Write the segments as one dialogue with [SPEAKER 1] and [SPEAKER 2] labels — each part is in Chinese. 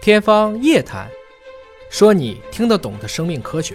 [SPEAKER 1] 天方夜谭，说你听得懂的生命科学。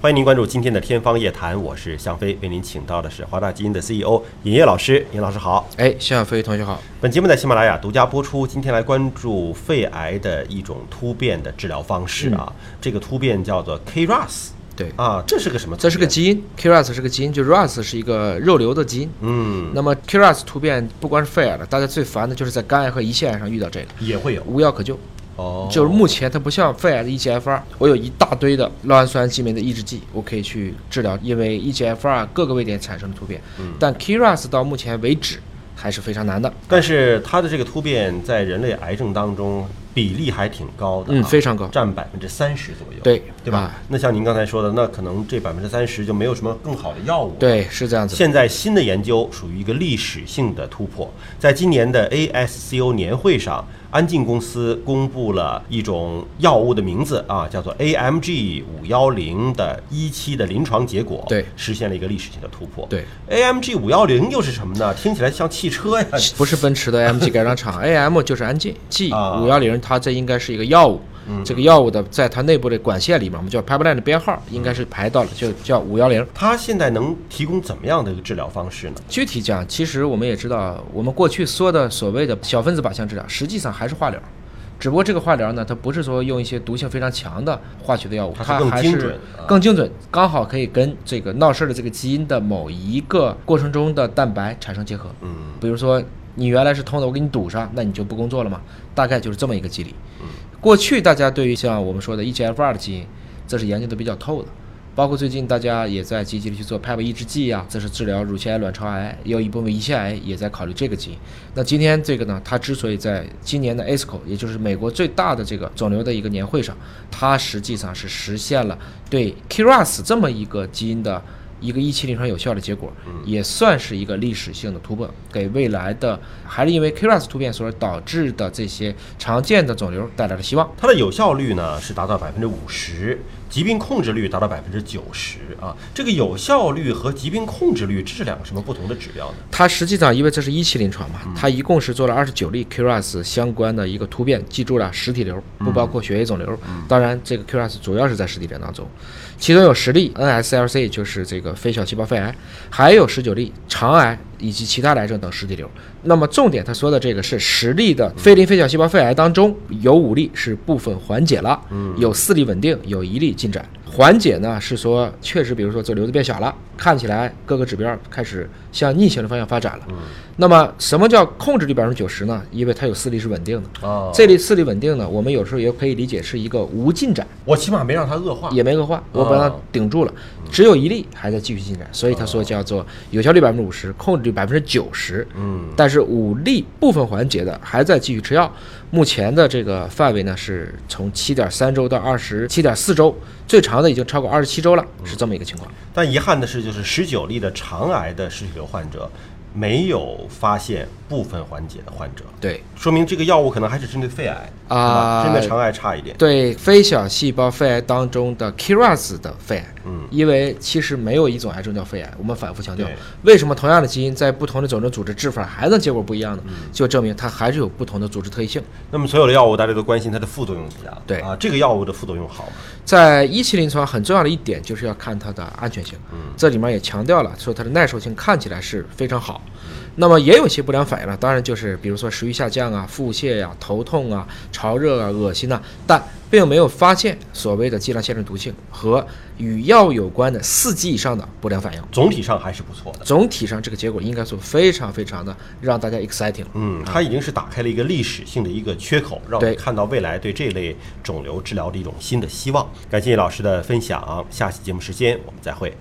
[SPEAKER 2] 欢迎您关注今天的《天方夜谭》，我是向飞，为您请到的是华大基因的 CEO 尹烨老师。尹老师好，
[SPEAKER 3] 哎，向飞同学好。
[SPEAKER 2] 本节目在喜马拉雅独家播出。今天来关注肺癌的一种突变的治疗方式啊，
[SPEAKER 3] 嗯
[SPEAKER 2] 这个突变叫做 KRAS
[SPEAKER 3] 对，
[SPEAKER 2] 啊，这是个什么突变？
[SPEAKER 3] 这是个基因，KRAS 是个基因，就 RAS 是一个肉瘤的基因。
[SPEAKER 2] 嗯，
[SPEAKER 3] 那么 KRAS 突变不光是肺癌了，大家最烦的就是在肝癌和胰腺癌上遇到这个，
[SPEAKER 2] 也会有
[SPEAKER 3] 无药可救。
[SPEAKER 2] 哦，
[SPEAKER 3] 就是目前它不像肺癌的 E EGFR，我有一大堆的酪氨酸激酶的抑制剂，我可以去治疗，因为 E EGFR 各个位点产生的突变。
[SPEAKER 1] 嗯
[SPEAKER 3] 但 KRAS 到目前为止还是非常难的，
[SPEAKER 2] 但是它的这个突变在人类癌症当中比例还挺高的、啊，
[SPEAKER 3] 嗯，非常高。
[SPEAKER 2] 占百分之三十左右，
[SPEAKER 3] 对
[SPEAKER 2] 对吧？
[SPEAKER 3] 啊
[SPEAKER 2] 那像您刚才说的，那可能这百分之三十就没有什么更好的药物了。
[SPEAKER 3] 对，是这样子的。
[SPEAKER 2] 现在新的研究属于一个历史性的突破，在今年的 ASCO 年会上，安进公司公布了一种药物的名字啊，叫做 AMG 五幺零的一期的临床结果，
[SPEAKER 3] 对
[SPEAKER 2] 实现了一个历史性的突破。
[SPEAKER 3] 对
[SPEAKER 2] ，AMG 五幺零又是什么呢？听起来像汽车呀。
[SPEAKER 3] 不是奔驰 的 AMG 改装厂，AM 就是安进，G
[SPEAKER 2] 啊嗯
[SPEAKER 3] 五幺零，它这应该是一个药物。这个药物的在它内部的管线里面，我们叫 pipeline 的编号，应该是排到了，
[SPEAKER 2] 嗯
[SPEAKER 3] 就叫五幺零。
[SPEAKER 2] 它现在能提供怎么样的一个治疗方式呢？
[SPEAKER 3] 具体讲，其实我们也知道，我们过去说的所谓的小分子靶向治疗，实际上还是化疗，只不过这个化疗呢，它不是说用一些毒性非常强的化学的药物，
[SPEAKER 2] 它是更
[SPEAKER 3] 还
[SPEAKER 2] 精
[SPEAKER 3] 是
[SPEAKER 2] 准啊
[SPEAKER 3] 更精准，刚好可以跟这个闹事儿的这个基因的某一个过程中的蛋白产生结合。
[SPEAKER 2] 嗯，
[SPEAKER 3] 比如说你原来是通的，我给你堵上，那你就不工作了嘛，大概就是这么一个机理。过去大家对于像我们说的 EGFR 的基因，这是研究的比较透的，包括最近大家也在积极的去做 PEP 抑制剂啊，这是治疗乳腺癌、卵巢癌，也有一部分胰腺癌也在考虑这个基因。那今天这个呢，它之所以在今年的 ASCO，也就是美国最大的这个肿瘤的一个年会上，它实际上是实现了对 KRAS 这么一个基因的。一个一期临床有效的结果，也算是一个历史性的突破，给未来的还是因为 KRAS 突变所导致的这些常见的肿瘤带来了希望。
[SPEAKER 2] 它的有效率呢是达到百分之五十，疾病控制率达到百分之九十啊。这个有效率和疾病控制率这是两个什么不同的指标呢？
[SPEAKER 3] 它实际上因为这是一期临床嘛，它一共是做了二十九例 KRAS 相关的一个突变，记住了，实体瘤不包括血液肿瘤。当然，这个 KRAS 主要是在实体瘤当中，其中有十例 NSCLC 就是这个非小细胞肺癌，还有十九例肠癌以及其他的癌症等实体瘤。那么重点他说的这个是十例的非邻非小细胞肺癌当中有五例是部分缓解了，有四例稳定，有一例进展。缓解呢是说确实，比如说这瘤子变小了，看起来各个指标开始向逆行的方向发展了。那么什么叫控制率百分之九十呢？因为它有四例是稳定的。
[SPEAKER 2] 啊
[SPEAKER 3] 这例四例稳定呢，我们有时候也可以理解是一个无进展，
[SPEAKER 2] 我起码没让它恶化。
[SPEAKER 3] 也没恶化，我把它顶住了，只有一例还在继续进展，所以他说叫做有效率百分之五十，控制率百分之九十。
[SPEAKER 2] 嗯，
[SPEAKER 3] 但是五例部分环节的还在继续吃药。目前的这个范围呢是从七点三周到二十七点四周，最长的已经超过二十七周了，是这么一个情况。
[SPEAKER 2] 但遗憾的是，就是十九例的肠癌的实体瘤患者没有发现部分缓解的患者，
[SPEAKER 3] 对
[SPEAKER 2] 说明这个药物可能还只针对肺癌
[SPEAKER 3] 啊
[SPEAKER 2] 对吧针对肠癌差一点。
[SPEAKER 3] 对，非小细胞肺癌当中的 KRAS 的肺癌，
[SPEAKER 2] 嗯，
[SPEAKER 3] 因为其实没有一种癌症叫肺癌，我们反复强调
[SPEAKER 2] 对，
[SPEAKER 3] 为什么同样的基因在不同的肿瘤组织治法还能结果不一样呢？
[SPEAKER 2] 嗯
[SPEAKER 3] 就证明它还是有不同的组织特异性。
[SPEAKER 2] 那么所有的药物大家都关心它的副作用怎么样？
[SPEAKER 3] 对
[SPEAKER 2] 啊，这个药物的副作用好吗？
[SPEAKER 3] 在一期临床很重要的一点就是要看它的安全性，这里面也强调了说它的耐受性看起来是非常好，那么也有些不良反应了，当然就是比如说食欲下降啊、腹泻呀、头痛啊、潮热啊、恶心呐、但并没有发现所谓的剂量限制毒性和与药有关的四级以上的不良反应。
[SPEAKER 2] 总体上还是不错的。
[SPEAKER 3] 总体上这个结果应该说非常非常的让大家 exciting 了。
[SPEAKER 2] 嗯，它已经是打开了一个历史性的一个缺口，让我
[SPEAKER 3] 对
[SPEAKER 2] 们看到未来对这类肿瘤治疗的一种新的希望。感谢老师的分享，下期节目时间我们再会。